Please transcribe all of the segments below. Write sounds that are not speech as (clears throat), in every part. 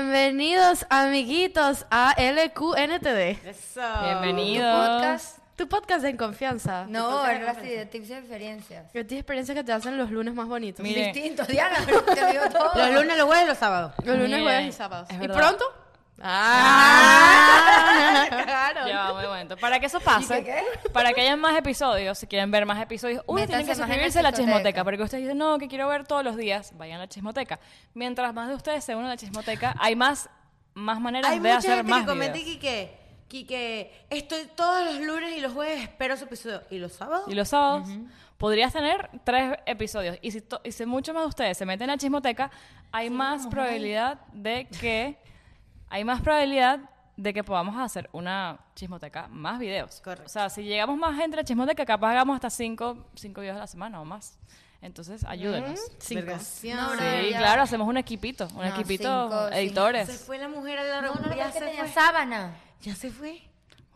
Bienvenidos, amiguitos, a LQNTD. Eso. Tu Bienvenidos. podcast, tu podcast en confianza. No, algo así, de tips y experiencias. Yo tengo experiencias que te hacen los lunes más bonitos. Mire, Distinto, Diana, pero te (laughs) digo todo. Los lunes, los jueves y los sábados. los lunes, mire, jueves y sábados. es ¿Y verdad. pronto? ¡Ah! (laughs) Claro. Ya, muy bueno. Para (laughs) que eso pase, ¿Y qué, para que haya más episodios, si quieren ver más episodios, uno tiene Métanse que más en la suscribirse a la chismoteca. chismoteca. Porque ustedes dicen, no, que quiero ver todos los días, vayan a la chismoteca. Mientras más de ustedes se unen a la chismoteca, hay más, más maneras Hay de mucha hacer gente más que comenta y videos. Quique, Quique, estoy todos los lunes y los jueves, espero su episodio. ¿Y los sábados? Y los sábados podrías tener tres episodios. Y si, to- y si muchos más de ustedes se meten a la chismoteca, hay más probabilidad de que. Hay más probabilidad de que podamos hacer una chismoteca más videos. Correcto. O sea, si llegamos más gente a la chismoteca, capaz hagamos hasta cinco, cinco videos a la semana o más. Entonces, ayúdenos. Cinco. Verga. No, Sí, brother, ya. claro, hacemos un equipito, un No, equipito, cinco, sí. editores, Se fue la mujer a la No, no, reunión. no, ya, porque se tenía fue. sábana. ya se fue.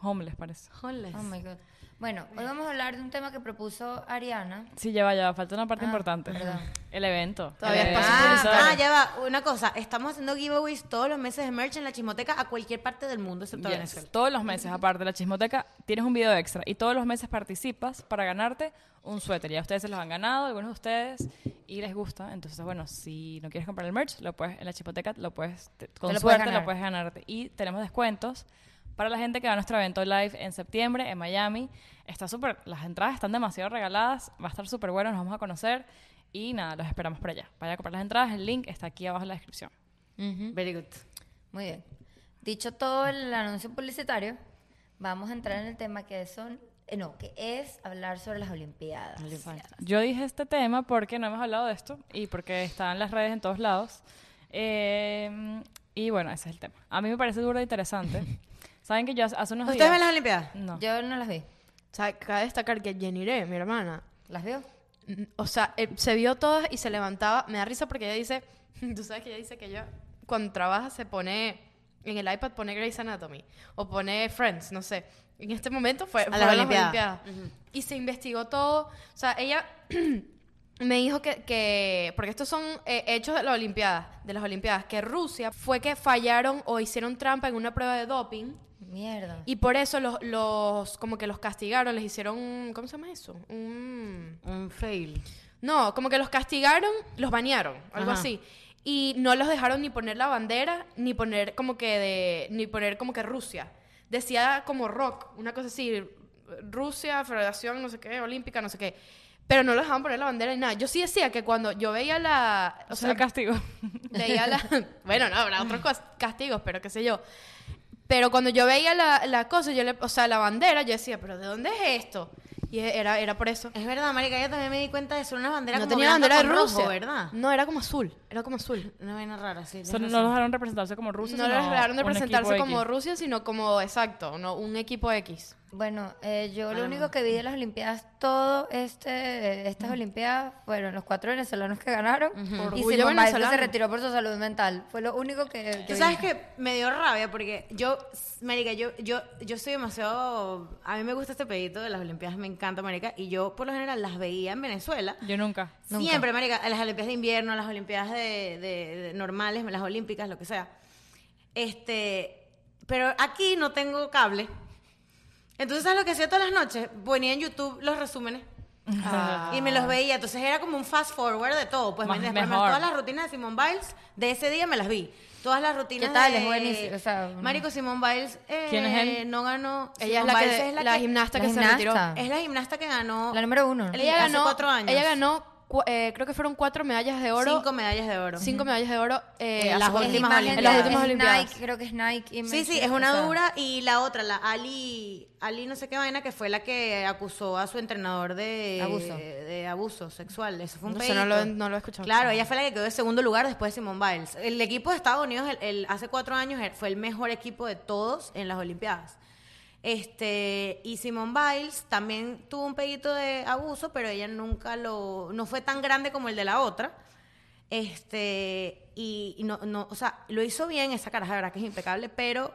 homeless parece. Homeless. Oh my God. Bueno, hoy vamos a hablar de un tema que propuso Ariana. Sí, ya va, ya va, falta una parte Ah, importante. perdón. El evento. Todavía El es evento. Ah, Eso ah, era. ya va. Una cosa, estamos haciendo giveaways todos los meses de merch en la chismoteca a cualquier parte del mundo excepto Yes, Venezuela. Todos los meses, aparte de la chismoteca, tienes un video extra y todos los meses participas para ganarte un suéter. Ya ustedes se los han ganado, algunos de ustedes, y les gusta. Entonces, bueno, si no quieres comprar el merch, lo puedes, en la chismoteca lo puedes, te- con lo puedes suerte lo ganar. puedes ganarte. Y tenemos descuentos para la gente que va a nuestro evento live en septiembre en Miami. Está súper, las entradas están demasiado regaladas, va a estar súper bueno, nos vamos a conocer. Y nada, los esperamos por allá. Vayan a comprar las entradas, el link está aquí abajo en la descripción. Very good. Muy bien. Dicho todo el anuncio publicitario, vamos a entrar en el tema que son, eh, no, que es hablar sobre las Olimpiadas. Yo dije este tema porque no hemos hablado de esto y porque está en las redes en todos lados. Eh, y bueno, ese es el tema. A mí me parece duro (laughs) e interesante. Saben que yo hace hace unos ¿Ustedes ven las días... Olimpiadas? No. Yo no las vi. O sea, cabe destacar que Jeniré, mi hermana, ¿Las vio? mm, o sea, eh, se vio todas y se levantaba. Me da risa porque ella dice, (laughs) tú sabes que ella dice que ella cuando trabaja se pone, en el iPad pone Grey's Anatomy o pone Friends, no sé. En este momento fue, fueron las Olimpiadas. Y se investigó todo. O sea, ella (clears throat) me dijo que, que- porque estos son eh, hechos de las Olimpiadas, de las Olimpiadas, que Rusia fue que fallaron o hicieron trampa en una prueba de doping. Mierda. Y por eso los, los como que los castigaron, les hicieron, un- ¿cómo se llama eso? Un- Un fail. no, como que los castigaron, los banearon, algo Ajá. así. Y no los dejaron ni poner la bandera, ni poner como que de, ni poner como que Rusia. Decía como rock, una cosa así, Rusia, Federación, no sé qué, Olímpica, no sé qué. Pero no los dejaban poner la bandera ni nada. Yo sí decía que cuando yo veía la, o O sea, el sea, (laughs) castigo. (laughs) veía la, (laughs) bueno, no, habrá otros cos- castigos, pero qué sé yo. Pero cuando yo veía la, la cosa, yo le, o sea, la bandera, yo decía, pero ¿de dónde es esto? Y era, era por eso. Es verdad, marica, yo también me di cuenta de eso. Una bandera No como tenía blanca bandera de con rojo, Rusia. ¿verdad? No, era como azul. Era como azul. Una vaina rara, sí. tienes Son- no los razón. dejaron representarse como rusos. no les dejaron de presentarse como rusos. Rusia, sino como, exacto, no, un equipo X. Bueno, eh, yo Ah, lo único que vi de las Olimpiadas, todo este, estas Olimpiadas fueron los cuatro venezolanos que ganaron y Orgullo Simón Biles que venezolano. se retiró por su salud mental. Fue lo único que, que Tú vi. sabes que me dio rabia porque yo, marica, yo, yo, yo soy demasiado... A mí me gusta este pedito de las Olimpiadas, me encanta, marica. Y yo, por lo general, las veía en Venezuela. Yo nunca. Nunca. Siempre, marica, las Olimpiadas de invierno, las Olimpiadas de, de- de normales, las Olímpicas, lo que sea. Este, pero aquí no tengo cable. Entonces, ¿sabes lo que hacía todas las noches? Ponía en YouTube los resúmenes. Ah. (laughs) Y me Ah. los veía, entonces era como un fast forward de todo. Pues Más- me- después, mejor. todas las rutinas de Simone Biles de ese día me las vi. Todas las rutinas ¿Qué tal? de Es buenísimo, o sea, mm. no. Marico Simone Biles eh, ¿Quién es él? no ganó. Ella es Simone la, que- Biles es la que- gimnasta la que gimnasta. se retiró. Es la gimnasta que ganó. La número uno. ¿no? El- Ella hace ganó, cuatro años. Ella ganó, cu- eh, creo que fueron cuatro medallas de oro. cinco medallas de oro. cinco medallas de oro. eh, En hace las poco. Es últimas imagen Olimpiadas. de- En las es últimas Olimpiadas. Nike, creo que es Nike. Sí, sí, Image, es o una sea, dura y la otra, la Ali, Ali no sé qué vaina, que fue la que acusó a su entrenador de Abuso. de abuso sexual. Eso fue un No sé, no pedito. lo, no lo he escuchado. Claro, ella fue la que quedó en segundo lugar después de Simone Biles. El equipo de Estados Unidos el- el- hace cuatro años er- fue el mejor equipo de todos en las Olimpiadas. Este, y Simone Biles también tuvo un pedito de abuso, pero ella nunca lo, no fue tan grande como el de la otra. Este, y, y no, no, o sea, lo hizo bien esa caraja, de verdad que es impecable, pero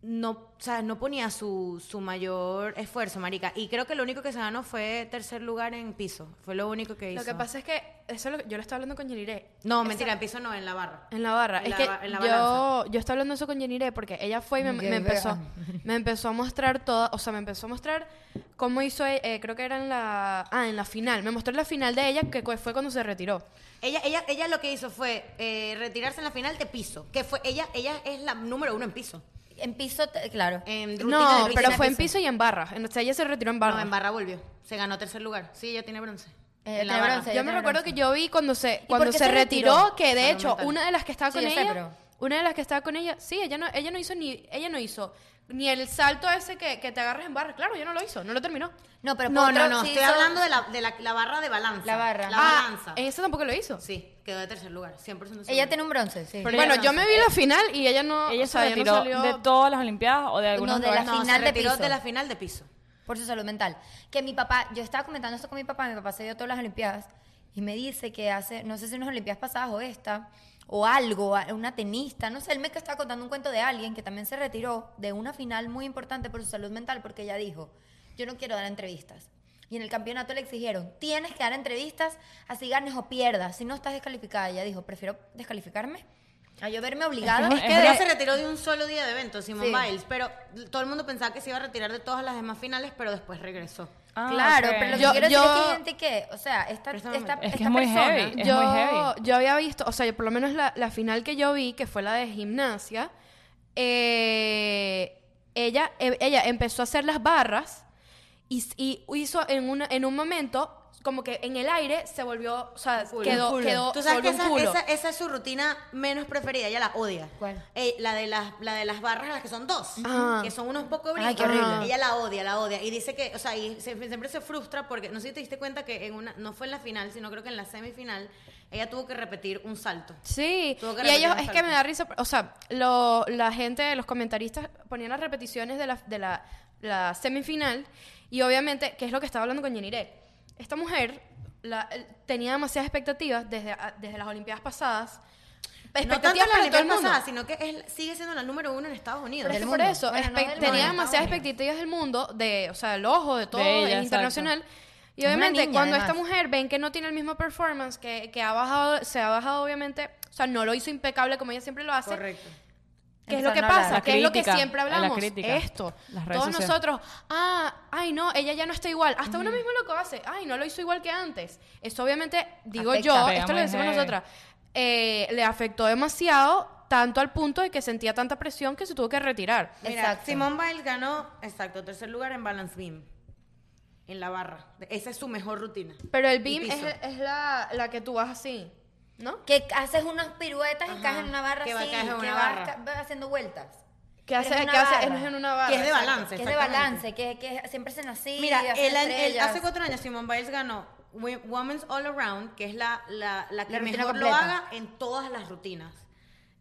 no, o sea, no ponía su, su mayor esfuerzo, marica. Y creo que lo único que se ganó fue tercer lugar en piso. Fue lo único que hizo. Lo que pasa es que eso lo- yo lo estaba hablando con Jeniré. No, mentira, en piso no, en la barra. En la barra. En es la que ba- en la yo, balanza. yo estaba hablando eso con Jeniré porque ella fue y me, Que me empezó, vean. me empezó a mostrar todo, o sea, me empezó a mostrar cómo hizo, e- eh, creo que era en la, ah, en la final. Me mostró la final de ella que cu- fue cuando se retiró. Ella, ella, ella lo que hizo fue eh, retirarse en la final de piso. Que fue, ella, ella es la número uno en piso. En piso, te- claro. En rutina No, de pero rutina fue en piso y en barra. En- O sea, ella se retiró en barra. No, en barra volvió. Se ganó tercer lugar. Sí, ella tiene bronce. Eh, en la tiene barra. bronce. Yo me tiene recuerdo que bronce. yo vi cuando se, por cuando qué se, se retiró, retiró? que de Salud hecho, mental. una de las que estaba Sí, con yo sé, ella, pero- una de las que estaba con ella, sí, ella no, ella no hizo ni, ella no hizo ni el salto ese que, que te agarras en barra. Claro, ella no lo hizo, no lo terminó. No, pero No, no, Potro no. sí Estoy hizo- hablando de, la, de la, la barra de balanza. La barra. La Ah, balanza. esa tampoco lo hizo. Sí, quedó de tercer lugar. 100% segura. Ella tiene un bronce, sí. Pero bueno, ella- yo me vi la final y ella no. Ella o sea, se ella no retiró salió- de todas las Olimpiadas o de algunos No, de lugares. la final se de retiró piso. de la final de piso. por su salud mental. Que mi papá, yo estaba comentando esto con mi papá, mi papá se dio todas las Olimpiadas y me dice que hace, no sé si en las Olimpiadas pasadas o esta, o algo, a- una tenista, no sé, él me estaba contando un cuento de alguien que también se retiró de una final muy importante por su salud mental porque ella dijo, yo no quiero dar entrevistas. Y en el campeonato le exigieron, tienes que dar entrevistas, así ganes o pierdas, si no estás descalificada. Ella dijo, prefiero descalificarme a yo verme obligada. Es Que ella verdad. se retiró de un solo día de evento, Simone Sí. Biles. Pero todo el mundo pensaba que se iba a retirar de todas las demás finales, pero después regresó. Ah, claro, ok. pero lo que Yo- quiero decir es que yo- hay gente que, o sea, esta, Pero esta, está esta momento. Es que es muy persona- heavy. Es yo, muy heavy. yo había visto, o sea, yo por lo menos la, la final que yo vi, que fue la de gimnasia, eh, ella, eh, ella empezó a hacer las barras y, s- y hizo en, una, en un momento como que en el aire se volvió, o sea, culo. quedó, quedó, Tú se sabes que volvió un esa, culo. esa- esa es su rutina menos preferida, ella la odia. ¿Cuál? Eh, la, de las, la de las barras, las que son dos, Ajá. que son unos poco Ay, brincos. qué horrible. Ella la odia, la odia. Y dice que, o sea, y se- siempre se frustra porque, no sé si te diste cuenta que en una, no fue en la final, sino creo que en la semifinal, ella tuvo que repetir un salto. Sí, Tuvo que pues. y ellos, repetir es un que me salto. da risa, o sea, lo- la gente, los comentaristas ponían las repeticiones de la, de la, la semifinal y obviamente, que es lo que estaba hablando con Jeniré, esta mujer la- el- tenía demasiadas expectativas desde, a- desde las Olimpiadas pasadas. No tanto en Expectativas para las todo el Olimpiadas mundo. pasadas, sino que es- sigue siendo la número uno en Estados Unidos. Pero es del que por mundo. eso, Bueno, no expect- del mundo, tenía de demasiadas Estados Unidos. expectativas del mundo, de, o sea, el ojo, de todo, ella, es exacto. internacional. Y Es una obviamente, niña, cuando esta además. mujer ven que no tiene el mismo performance, que, que ha bajado, se ha bajado, obviamente, o sea, no lo hizo impecable como ella siempre lo hace, Correcto. ¿Qué es lo que Empezaron a hablar. pasa? La ¿Qué es lo que crítica, siempre la hablamos? crítica. Esto. Las redes Todos sociales. nosotros, ah, ay no, ella ya no está igual. Hasta uno mismo lo que hace, ay, no lo hizo igual que antes. Eso obviamente, digo Afecta. yo, Pega esto lo muy decimos heavy. nosotras, eh, le afectó demasiado, tanto al punto de que sentía tanta presión que se tuvo que retirar. Mira, Exacto. Simone Biles ganó, exacto, tercer lugar en Balance Beam. En la barra. Esa es su mejor rutina. Pero el Y beam es, piso. es la, la que tú vas así, ¿no? Que haces unas piruetas y Ajá, caes en una barra que va- así, caes en que una vas barra. ca- vas haciendo vueltas. Que hace, Pero que es una hace, barra. es en una barra. Que es de exacto. balance. Que es de exactamente. balance, que, que siempre hacen así. Mira, hacen el, año- el- estrellas. hace cuatro años Simone Biles ganó Wi- Women's All Around, que es la, la, la que La rutina mejor lo completa. haga en todas las rutinas.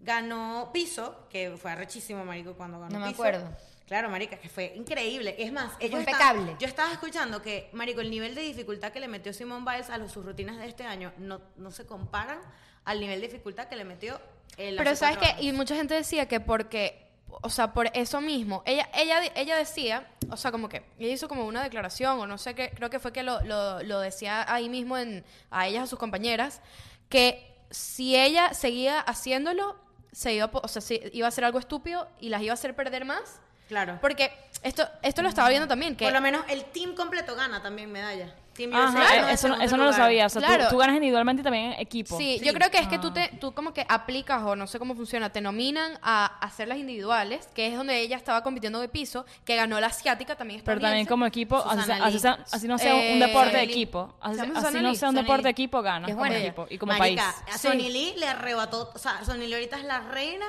Ganó Piso, que fue arrechísimo, marico, cuando ganó No me Piso. acuerdo. Claro, marica, que fue increíble. Es más, Fue ellos impecable. estaban- yo estaba escuchando que, marico, el nivel de dificultad que le metió Simone Biles a los- sus rutinas de este año no, no se comparan al nivel de dificultad que le metió el Pero sabes que, y mucha gente decía que porque, o sea, por eso mismo, ella, ella, ella decía, o sea, como que, ella hizo como una declaración, o no sé qué, creo que fue que lo, lo, lo decía ahí mismo en, a ellas, a sus compañeras, que si ella seguía haciéndolo, se iba, a po- o sea, se iba a hacer algo estúpido y las iba a hacer perder más. Claro. Porque esto, esto lo estaba viendo también, que Por lo menos el team completo gana también medalla. Team USA Ajá, ganó en eso, no- segundo eso no lo lugar. sabía. O sea, tú- Claro. tú, ganas individualmente y también en equipo. Sí, yo creo que es que tú, Ah. te, tú como que aplicas o no sé cómo funciona, te nominan a hacer las individuales, que es donde ella estaba compitiendo de piso, que ganó la asiática también. Pero también estadounidense. como equipo, así, Susana sea- así Lee. sea- así no sea Eh, un deporte de Susana Lee. equipo, así, Se llama Susana así no Lee. sea un Susana deporte Lee. de equipo, ganas Es como buena. equipo y como Marica, país. A Sony Lee le arrebató, o sea, Sony Lee ahorita es la reina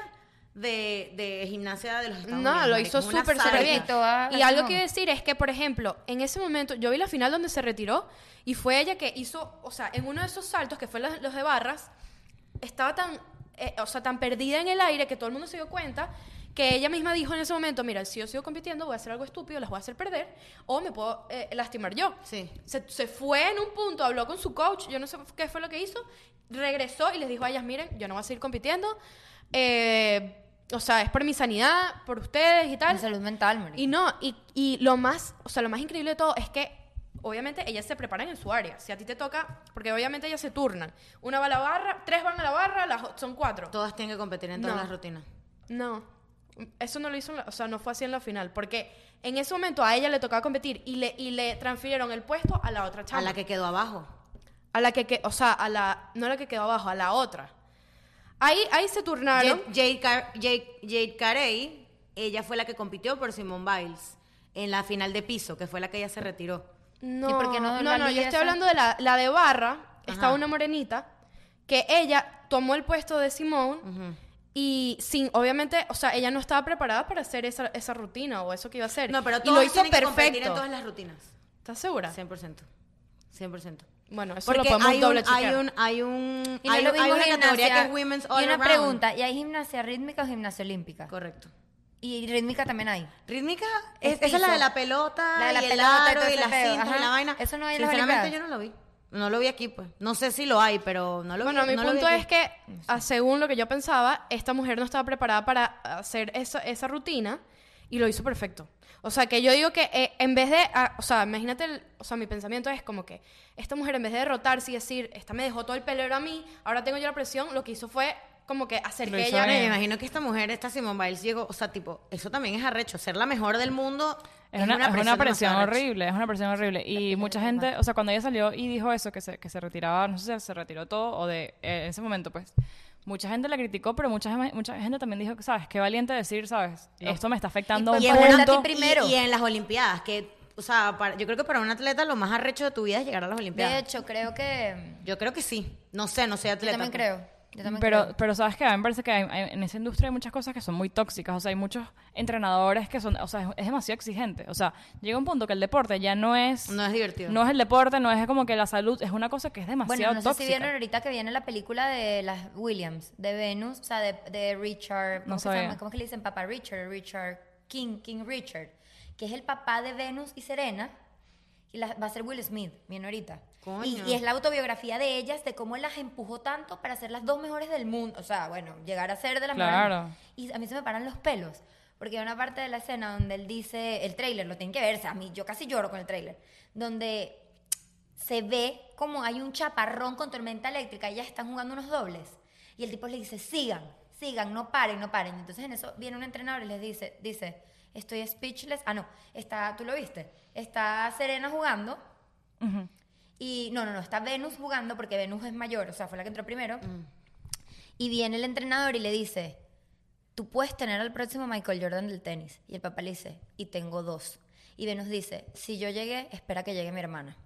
de, de gimnasia de los Estados Unidos. No, lo marica, hizo una súper, zarra. súper bien. Y toda- Y algo no. que iba a decir es que, por ejemplo, en ese momento, yo vi la final donde se retiró y fue ella que hizo, o sea, en uno de esos saltos, que fue los, los de barras, estaba tan, eh, o sea, tan perdida en el aire que todo el mundo se dio cuenta que ella misma dijo en ese momento, mira, si yo sigo compitiendo voy a hacer algo estúpido, las voy a hacer perder o me puedo eh, lastimar yo. Sí. Se, se fue en un punto, habló con su coach, yo no sé qué fue lo que hizo, regresó y les dijo a ellas, miren, yo no voy a seguir compitiendo, eh, o sea, es por mi sanidad, por ustedes y tal. Mi salud mental, marico. Y no, y, y lo más, o sea, lo más increíble de todo es que obviamente ellas se preparan en su área. Si a ti te toca, porque obviamente ellas se turnan. Una va a la barra, tres van a la barra, las, o- son cuatro. Todas tienen que competir en todas No. las rutinas. No, eso no lo hizo, en la- o sea, no fue así en la final, porque en ese momento a ella le tocaba competir y le, y le transfirieron el puesto a la otra chama. A la que quedó abajo. A la que, que- o sea, a la, no a la que quedó abajo, a la otra. Ahí, ahí se turnaron. Jade, Jade, Car- Jade- Jade Carey, ella fue la que compitió por Simone Biles en la final de piso, que fue la que ella se retiró. No, ¿Y por qué no no, la no, yo liga estoy esa? hablando de la, la de Barra, Ajá. estaba una morenita, que ella tomó el puesto de Simone y sin, obviamente, o sea, ella no estaba preparada para hacer esa, esa rutina o eso que iba a hacer. No, pero y todas lo hizo tienen que competir en perfecto. todas las rutinas. ¿Estás segura? 100%. 100%. Bueno, eso lo Porque podemos hay un, doble hay chequear. un, hay un, Y no hay, es lo un- mismo hay una categoría gimnasia- que es women's all Y una around. pregunta, ¿y hay gimnasia rítmica o gimnasia olímpica? Correcto. Y rítmica también hay. Rítmica, Es es- esa es la piso. de la pelota, La de la y el pelota y aro todo y ese las pedo, cintas ajá. y la vaina. Eso no hay en las Sinceramente yo Olimpiadas. no lo vi. No lo vi aquí, pues. No sé si lo hay, pero no lo Bueno, vi. mi no lo vi punto aquí. es que, a- según lo que yo pensaba, esta mujer no estaba preparada para hacer esa, esa rutina y lo hizo perfecto. O sea, que yo digo que eh, en vez de, ah, o sea, imagínate, el- o sea, mi pensamiento es como que esta mujer en vez de derrotarse y decir, esta me dejó todo el pelero a mí, ahora tengo yo la presión, lo que hizo fue como que hacer Lo que hizo ella... bien. Me imagino que esta mujer, esta Simone Biles, llegó, o sea, tipo, eso también es arrecho, ser la mejor del mundo. Es una, es una presión demasiado arrecha. horrible, es una presión horrible. Y mucha gente, o sea, cuando ella salió y dijo eso, que se, que se retiraba, no sé si se retiró todo o de eh, en ese momento, pues, mucha gente la criticó, pero mucha, gema- mucha gente también dijo, que, ¿sabes? Qué valiente decir, ¿sabes? Esto me está afectando a un Y Y en, ponerte una- a ti y- punto. primero. y en las Olimpiadas, que, o sea, para- yo creo que para un atleta lo más arrecho de tu vida es llegar a las Olimpiadas. De hecho, creo que... yo creo que sí. No sé, no soy Yo atleta. también pues. creo. Yo también Pero, creo. pero sabes que a mí me parece que hay- hay- en esa industria hay muchas cosas que son muy tóxicas. O sea, hay muchos entrenadores que son, o sea, es, es demasiado exigente. O sea, llega un punto que el deporte ya no es, No es divertido. no es el deporte, no es como que la salud, es una cosa que es demasiado Bueno, no sé tóxica. si vieron ahorita que viene la película de las Williams, de Venus, o sea, de, de Richard, No ¿cómo, que se llama? sabía. ¿Cómo que le dicen papá Richard? Richard King, King Richard, que es el papá de Venus y Serena, y la- va a ser Will Smith, bien ahorita. Coño. Y, y es la autobiografía de ellas, de cómo las empujó tanto para ser las dos mejores del mundo, o sea, bueno, llegar a ser de las mejores. Claro. Y a mí se me paran los pelos. Porque hay una parte de la escena donde él dice, el tráiler, lo tienen que ver, o sea, a mí yo casi lloro con el tráiler, donde se ve como hay un chaparrón con tormenta eléctrica, ellas están jugando unos dobles. Y el tipo le dice, sigan, sigan, no paren, no paren. Entonces en eso viene un entrenador y les dice, dice, estoy speechless. Ah, no, está, tú lo viste, está Serena jugando. Y no, no, no, está Venus jugando porque Venus es mayor, o sea, fue la que entró primero. Y viene el entrenador y le dice, tú puedes tener al próximo Michael Jordan del tenis. Y el papá le dice, y tengo dos. Y Venus dice, si yo llegué, espera que llegue mi hermana.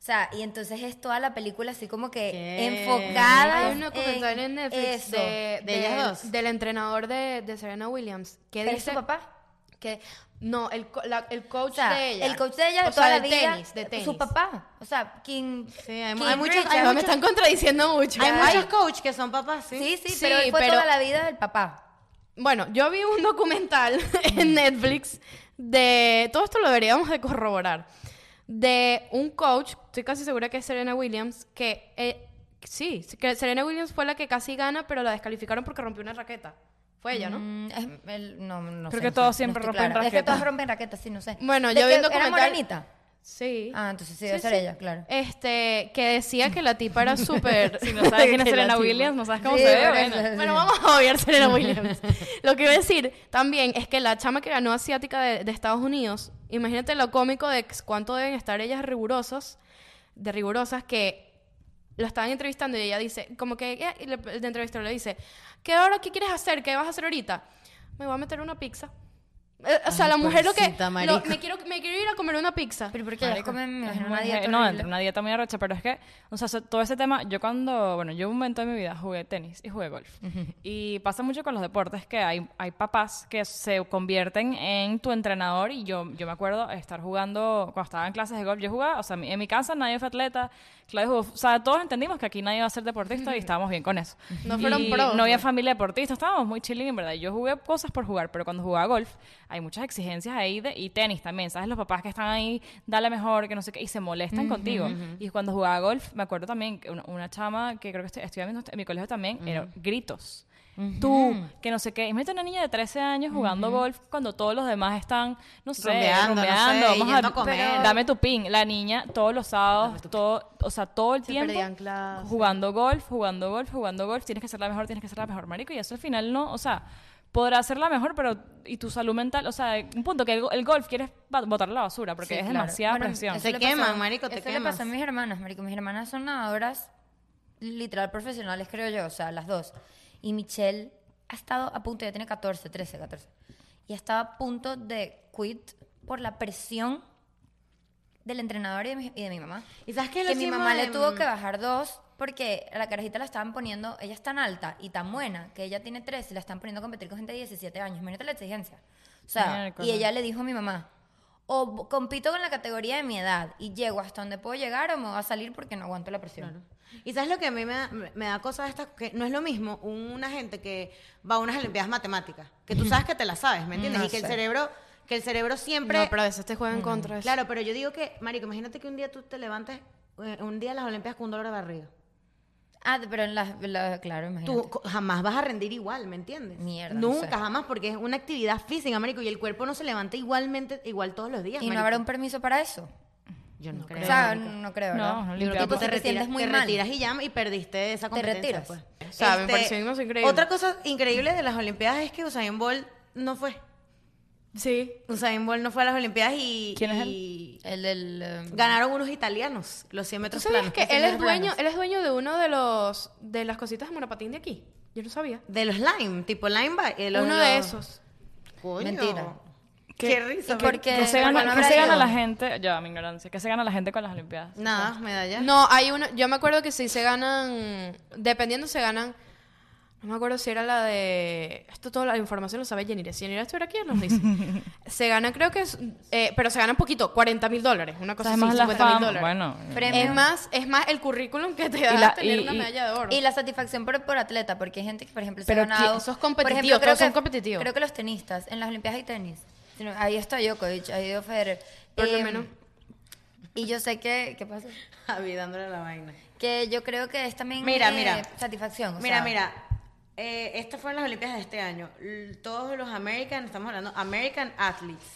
O sea, y entonces es toda la película así como que ¿Qué? enfocada. Hay un documental en Netflix eso. de, de del- ellas dos. del entrenador de, de Serena Williams que ¿Pero es dice su papá? que no el, co- la- el coach O sea, de ella el coach de ella o de toda sea, la de vida, tenis de tenis su papá, o sea, King, Sí, hay, King hay muchos, Richard. hay, Además, me muchos- están contradiciendo mucho. hay Ay, muchos coaches que son papás, sí. sí, sí, Sí, pero él fue pero- toda la vida del papá. Bueno, yo vi un documental (laughs) en Netflix de. Todo esto lo deberíamos de corroborar. De un coach, estoy casi segura que es Serena Williams, que. eh, sí, que Serena Williams fue la que casi gana, pero la descalificaron porque rompió una raqueta. Fue ella, ¿no? Mm, es- él- no, no Creo sé, que no todos sé, siempre no estoy rompen clara. Es que raquetas. todos rompen raquetas, sí, no sé. Bueno, De yo vi un que era documental- morenita. Sí. Ah, entonces sí, debe ser ella, claro. Eh, Este, que decía que la tipa era (laughs) súper. Si no sabes quién es que la Serena tipa- Williams, no sabes cómo Sí, se ve. por bueno. eso. Bueno, vamos a obviar (laughs) Serena Williams. lo que iba a decir también es que la chama que ganó asiática de, de Estados Unidos, imagínate lo cómico de cuánto deben estar ellas rigurosas, de rigurosas que la estaban entrevistando y ella dice, como que eh, y le- el entrevistador le dice, ¿qué ahora qué quieres hacer? ¿Qué vas a hacer ahorita? Me voy a meter una pizza. Eh, o sea, Ay, la mujer lo que pobrecita, lo- marico. me quiero me quiero ir a comer una pizza. Pero porque ellas comen, me Es imagino, muy una heavy. dieta No, horrible. entre una dieta muy arrecha, pero es que, o sea, so- todo ese tema, yo cuando, bueno, yo un momento de mi vida jugué tenis y jugué golf. Y pasa mucho con los deportes que hay, hay papás que se convierten en tu entrenador y yo, yo me acuerdo estar jugando, cuando estaba en clases de golf, yo jugaba, o sea, mi- en mi casa nadie fue atleta, Claudia jugó, o sea, todos entendimos que aquí nadie iba a ser (laughs) deportista y estábamos bien con eso. No Y fueron pros, No había pues. familia deportista, estábamos muy chilling, en verdad. Yo jugué cosas por jugar, pero cuando jugaba golf hay muchas exigencias ahí de, y tenis también, ¿sabes? Los papás que están ahí, dale mejor, que no sé qué, y se molestan contigo. Y cuando jugaba golf, me acuerdo también que una, una chama que creo que estoy estudiando en mi colegio también, era gritos. Tú, que no sé qué. Y mete una niña de 13 años jugando golf cuando todos los demás están, no sé, Rumbeando, no sé, rumbeando, y vamos yendo a comer. pero Dame tu pin. La niña todos los sábados, todo, o sea, todo el tiempo perdían clases. jugando golf, jugando golf, jugando golf. Tienes que ser la mejor, tienes que ser la mejor, marico. Y eso al final no, o sea, podrá ser la mejor, pero y tu salud mental, o sea, un punto que el, go- el golf quieres ba- botarlo a la basura porque Sí, es claro. demasiada Bueno, presión. eso Te le queman, marico, te eso le quemas. pasó a mis hermanas, marico. Mis hermanas son nadadoras literal profesionales, creo yo, o sea, las dos. Y Michelle ha estado a punto, ya tiene 14, 13, 14. Y ha estado a punto de quit por la presión del entrenador y de mi, y de mi mamá. ¿Y sabes qué? Lo Que mi hicimos mamá le en- tuvo que bajar dos porque a la carajita la estaban poniendo, ella es tan alta y tan buena que ella tiene 13 y la están poniendo a competir con gente de 17 años. Imagínate la exigencia. O sea, Miércoles. y ella le dijo a mi mamá, o b- compito con la categoría de mi edad y llego hasta donde puedo llegar o me voy a salir porque no aguanto la presión. Y sabes lo que a mí me da, me da cosa de estas, que no es lo mismo una gente que va a unas olimpiadas matemáticas, que tú sabes que te las sabes, ¿me entiendes? Mm, No y que el sé. cerebro, que el cerebro siempre... No, pero a veces te juegan contra eso. Claro, pero yo digo que, marico, imagínate que un día tú te levantes, eh, un día a las olimpiadas con un dolor de barriga. Ah, de- pero en las, la- claro, imagínate. Tú co- jamás vas a rendir igual, ¿me entiendes? Mierda, no Nunca, sé. jamás, porque es una actividad física, marico, y el cuerpo no se levanta igualmente, igual todos los días, y no marico. habrá un permiso para eso. Yo no creo. o sea, marico. no creo, No, ¿verdad? no Yo creo que limpiamos. tú te te retiras, sientes muy te mal. retiras y ya, y perdiste esa competencia. retiras. pues. O sea, me pareció increíble. Otra cosa increíble de las Olimpiadas es que Usain Bolt no fue. Sí. Usain Bolt no fue a las Olimpiadas y, ¿Quién es él? y El del... em, eh, ganaron unos italianos los 100 ¿Tú metros sabías planos. que los 100 él es metros planos. dueño, él es dueño de uno de los de las cositas de monopatín de aquí? Yo no sabía. De los Lime, tipo Lime. ba- eh, los- uno de los- esos. Coño. Mentira. Qué, risa. ¿Y por qué? ¿Qué se Pero gana, no qué habrá se gana ido. la gente? Ya, mi ignorancia. ¿Qué se gana la gente con las Olimpiadas? Nada, (laughs) medallas. No, hay uno, yo me acuerdo que sí se ganan, dependiendo se ganan, no me acuerdo si era la de, esto toda la información lo sabe Yanira, si Yanira estuviera aquí nos dice. se ganan creo que, es, eh, pero se ganan poquito, 40 mil dólares, una O cosa sea, es así, más la 50 mil fama. dólares. Bueno, Premio. es más, es más el currículum que te da la- tener y- una y- medalla de oro. Y la satisfacción por, por atleta, porque hay gente que, por ejemplo, se Pero ha ganado... ¿quién? Sos por competitivos, ejemplo, creo todos son que- competitivos. Creo que los tenistas, en las Olimpiadas hay tenis. Si no, Ahí está Djokovic, ahí está Federer. Por lo Em, menos. Y yo sé que... ¿Qué pasa? Javi, dándole la vaina. Que yo creo que es también Mira, eh, mira. satisfacción. o Mira, sea, mira. eh, estas fueron las Olimpiadas de este año. L- Todos los American, estamos hablando, American Athletes.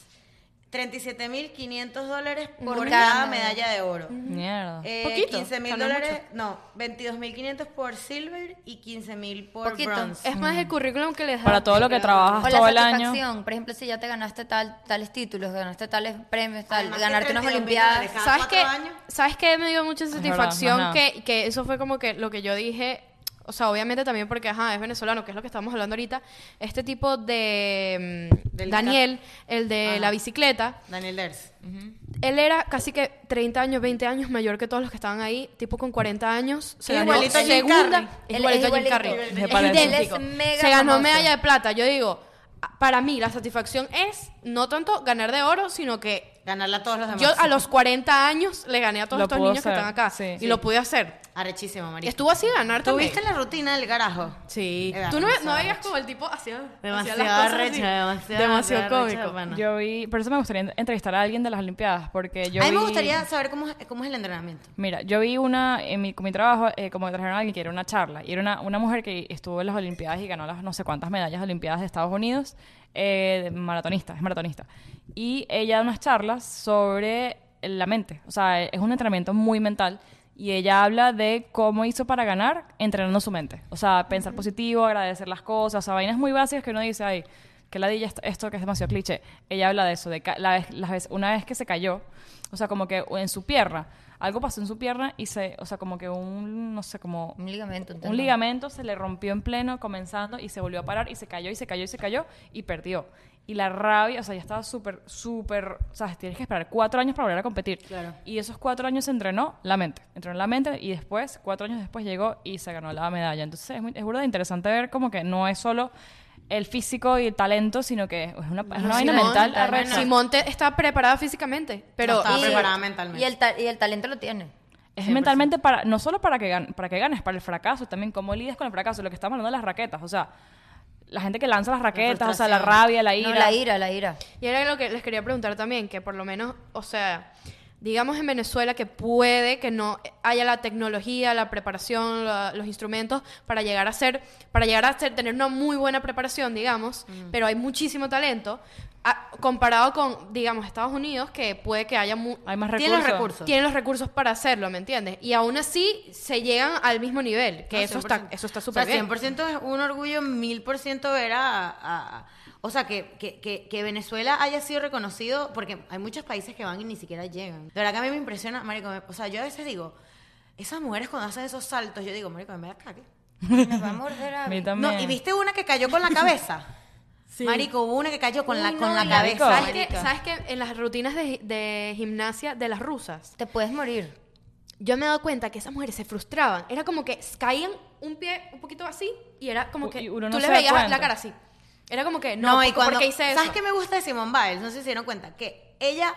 37.500 dólares por, Por cada, cada medalla de oro. mierda. Eh, Poquito, 15.000 o sea, no es dólares, no, 22.500 por silver y 15.000 por Poquito. bronze. es más el currículum que les da. Mm. Para todo lo que trabajas O la todo el año. satisfacción, por ejemplo, si ya te ganaste tal, tales títulos, ganaste tales premios, tal, Además que ganarte unas 32.000 olimpiadas. dólares. cada ¿Sabes cuatro qué? años. ¿Sabes qué? Me dio mucha verdad, satisfacción más nada. que, que eso fue como que lo que yo dije. O sea, obviamente también porque, ajá, es venezolano, que es lo que estamos hablando ahorita. Este tipo de mm, Del Daniel, el de Ajá. la bicicleta, Daniel Ders. él era casi que 30 años, 20 años mayor que todos los que estaban ahí, tipo con 40 años. Se ganó Igualito a Jim segunda, Carrey. es Él igualito a Jim igualito. Carrey. Él Me Es parece. idéntico. Él es mega Se ganó famoso. medalla de plata. Yo digo, a- para mí la satisfacción es no tanto ganar de oro, sino que Ganarla a todos los demás. yo a los 40 años le gané a todos Lo estos pudo niños que hacer, están acá. sí. Y Sí. lo pude hacer. Arrechísimo, Y María. estuvo así ganar también. ¿Tuviste la rutina del garajo? Sí. Era Tú no, ve- no demasiado veías arrecho. como el tipo hacía hacía Demasiado las cosas arrecho, así. demasiado, Demasiado demasiado arrecho, cómico. pana. Yo vi, por eso me gustaría en- entrevistar a alguien de las Olimpiadas, porque yo A mí me vi- gustaría saber cómo es, cómo es el entrenamiento. Mira, yo vi una, en mi, con mi trabajo, eh, como que trajeron a alguien que era una charla, y era una, una mujer que estuvo en las Olimpiadas y ganó las no sé cuántas medallas olimpiadas de Estados Unidos, eh, de maratonista, es maratonista. Y ella da unas charlas sobre la mente, o sea, es un entrenamiento muy mental, y ella habla de cómo hizo para ganar entrenando su mente, o sea, pensar positivo, agradecer las cosas, o sea, vainas muy básicas que uno dice, ay, que la esto, esto que es demasiado cliché. Ella habla de eso, de ca- la vez, las vez- una vez que se cayó, o sea, como que en su pierna, algo pasó en su pierna y se, o sea, como que un, no sé, como Un ligamento. un un tendón. ligamento se le rompió en pleno comenzando y se volvió a parar y se cayó y se cayó y se cayó y perdió. Y la rabia, o sea, ya estaba súper, súper, o sea, tienes que esperar cuatro años para volver a competir. Claro. Y esos cuatro años se entrenó la mente, entrenó la mente y después, cuatro años después llegó y se ganó la medalla. Entonces es, muy, es burda de interesante ver como que no es solo el físico y el talento, sino que es una, es una vaina Simón, mental. tal- arrecha. Simón te- está preparada físicamente, pero Está y- preparada mentalmente. Y el, ta- y el talento lo tiene. Es mentalmente para, no solo para que, gan- para que ganes, para el fracaso también, cómo lidias con el fracaso, lo que estamos hablando de las raquetas, o sea, la gente que lanza las raquetas, o sea, la frustración. rabia, la No, (laughs) ira. la ira, la ira. y era lo que les quería preguntar también, que por lo menos, o sea, digamos en Venezuela, que puede que no haya la tecnología, la preparación, la- los instrumentos para llegar a ser, para llegar a ser, tener una muy buena preparación, digamos, Mm. pero hay muchísimo talento. a- comparado con, digamos, Estados Unidos, que puede que haya mu- Hay más recursos. Tiene los recursos. tienen los recursos para hacerlo, ¿me entiendes? Y aún así se llegan al mismo nivel, Ah, que No, eso está 100%. eso está O sea, súper bien. 100% es un orgullo, 1000% ver a... a- a- o sea, que, que- que- que Venezuela haya sido reconocido, porque hay muchos países que van y ni siquiera llegan. De verdad que a mí me impresiona, marico, me- o sea, yo a veces digo, esas mujeres cuando hacen esos saltos, yo digo, marico, me da cague. Nos va a morder a A mí No, también. ¿y viste una que cayó con la cabeza? Marico, hubo una que cayó con la, Uy, con no, la y- cabeza. ¿Sabes que, marica. ¿Sabes que en las rutinas de, gi- de gimnasia de las rusas, Te puedes morir. yo me he dado cuenta que esas mujeres se frustraban. Era como que caían un pie un poquito así y era como U- que y uno no tú se les da veías la cuenta. cara así. Era como que, no, No, y ¿por- cuando, ¿por qué hice eso? ¿Sabes qué me gusta de Simone Biles? No sé si se dieron cuenta. Que ella,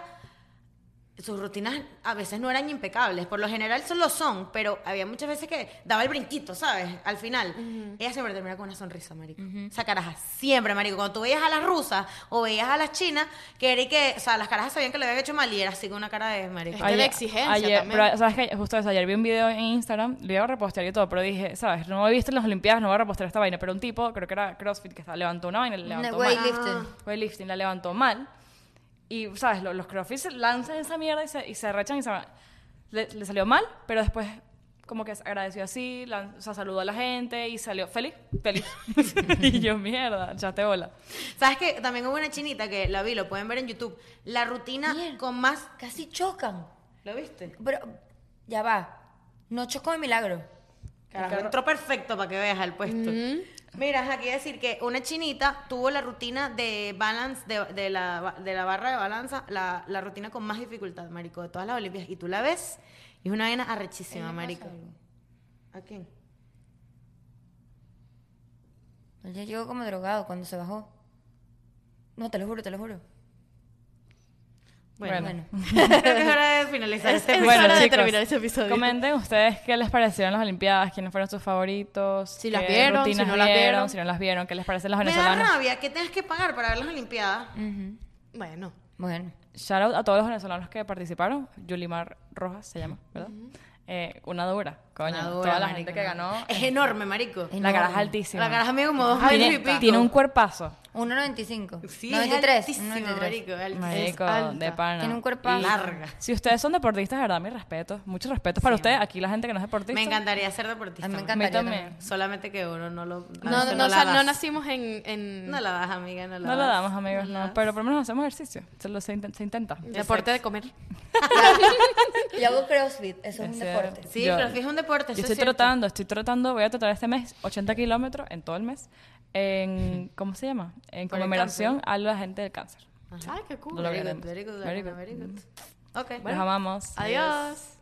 sus rutinas a veces no eran impecables. Por lo general solo son, pero había muchas veces que daba el brinquito, ¿sabes? Al final. Ella siempre termina con una sonrisa, marico. O sea, caraja, siempre, marico. Cuando tú veías a las rusas o veías a las chinas, que era y que, o sea, las carajas sabían que lo habían hecho mal y era así con una cara de marico. que de exigencia ayer, también. pero, ¿sabes qué? Justo eso, ayer vi un video en Instagram, lo iba a repostear y todo, pero dije, ¿sabes? No he visto en las Olimpiadas, no voy a repostear esta vaina, pero un tipo, creo que era CrossFit, que estaba, levantó una vaina, y la No, levantó mal. weightlifting. Weightlifting, Pues la levantó mal. Y, ¿sabes? Lo- Los, CrossFit se lanzan esa mierda y se, y se arrechan y se van. Le, le salió mal, pero después como que se agradeció así, lan- o sea, saludó a la gente y salió feliz, feliz. (laughs) y yo, mierda, chate bola. ¿Sabes qué? También hubo una chinita que la vi, lo pueden ver en YouTube. La rutina Mierda. con más. Casi chocan. ¿Lo viste? Pero ya va. No chocó de milagro. Carajo, entró perfecto para que veas al puesto. Mira, aquí decir que una chinita tuvo la rutina de balance, de, de la, de la barra de balanza, la, la rutina con más dificultad, marico, de todas las Olimpiadas. Y tú la ves, y es una vaina arrechísima, Él me pasa marico. algo. ¿A quién? Él ya llegó como drogado cuando se bajó. No, te lo juro, te lo juro. Bueno, Bueno. (laughs) creo que (laughs) es hora de finalizar este es bueno, hora de chicos, terminar este episodio. Comenten ustedes qué les parecieron las Olimpiadas, quiénes fueron sus favoritos, Si las qué vieron, rutinas si no las vieron. si no las vieron, qué les parecen las Me da venezolanas. rabia que tengas que pagar para ver las Olimpiadas. Mm. Bueno, Bueno. Shout out a todos los venezolanos que participaron. Yulimar Rojas se llama, ¿verdad? Eh, una dura, coño. Una dura, Toda la marico, gente que no. ganó. Es enorme, marico. La cara es enorme. altísima. La cara mía como dos años y tiene, pico. tiene un cuerpazo. 1.95. Sí, 93. es altísimo, 93. marico. altísimo. Marico, alta. de pana. Tiene un cuerpazo. Y larga. Si ustedes son deportistas, de verdad, mis respetos. Muchos respetos para ustedes. Aquí la gente que no es deportista. Me encantaría ser deportista. A mí me marico. A mí encantaría también. también. Solamente que uno no lo... a Ah, no, veces no, o la sea, no das. nacimos en... en No la das, amiga, no la No lo das. damos, amigos, la no. das. Pero por lo menos hacemos ejercicio. Se, lo, se, inten- se intenta. Deporte de comer. Yo hago CrossFit. Eso es un Ese- deporte. Sí, Yo- pero es un deporte, Yo eso estoy es cierto. trotando, estoy trotando, voy a trotar este mes 80 kilómetros en todo el mes, en, ¿cómo se llama? En Por el conmemoración a la gente del cáncer. Ay, qué cool. Lo Very lograremos. good, very good, Very Ariana, good. very good. Ok. Los amamos. Adiós.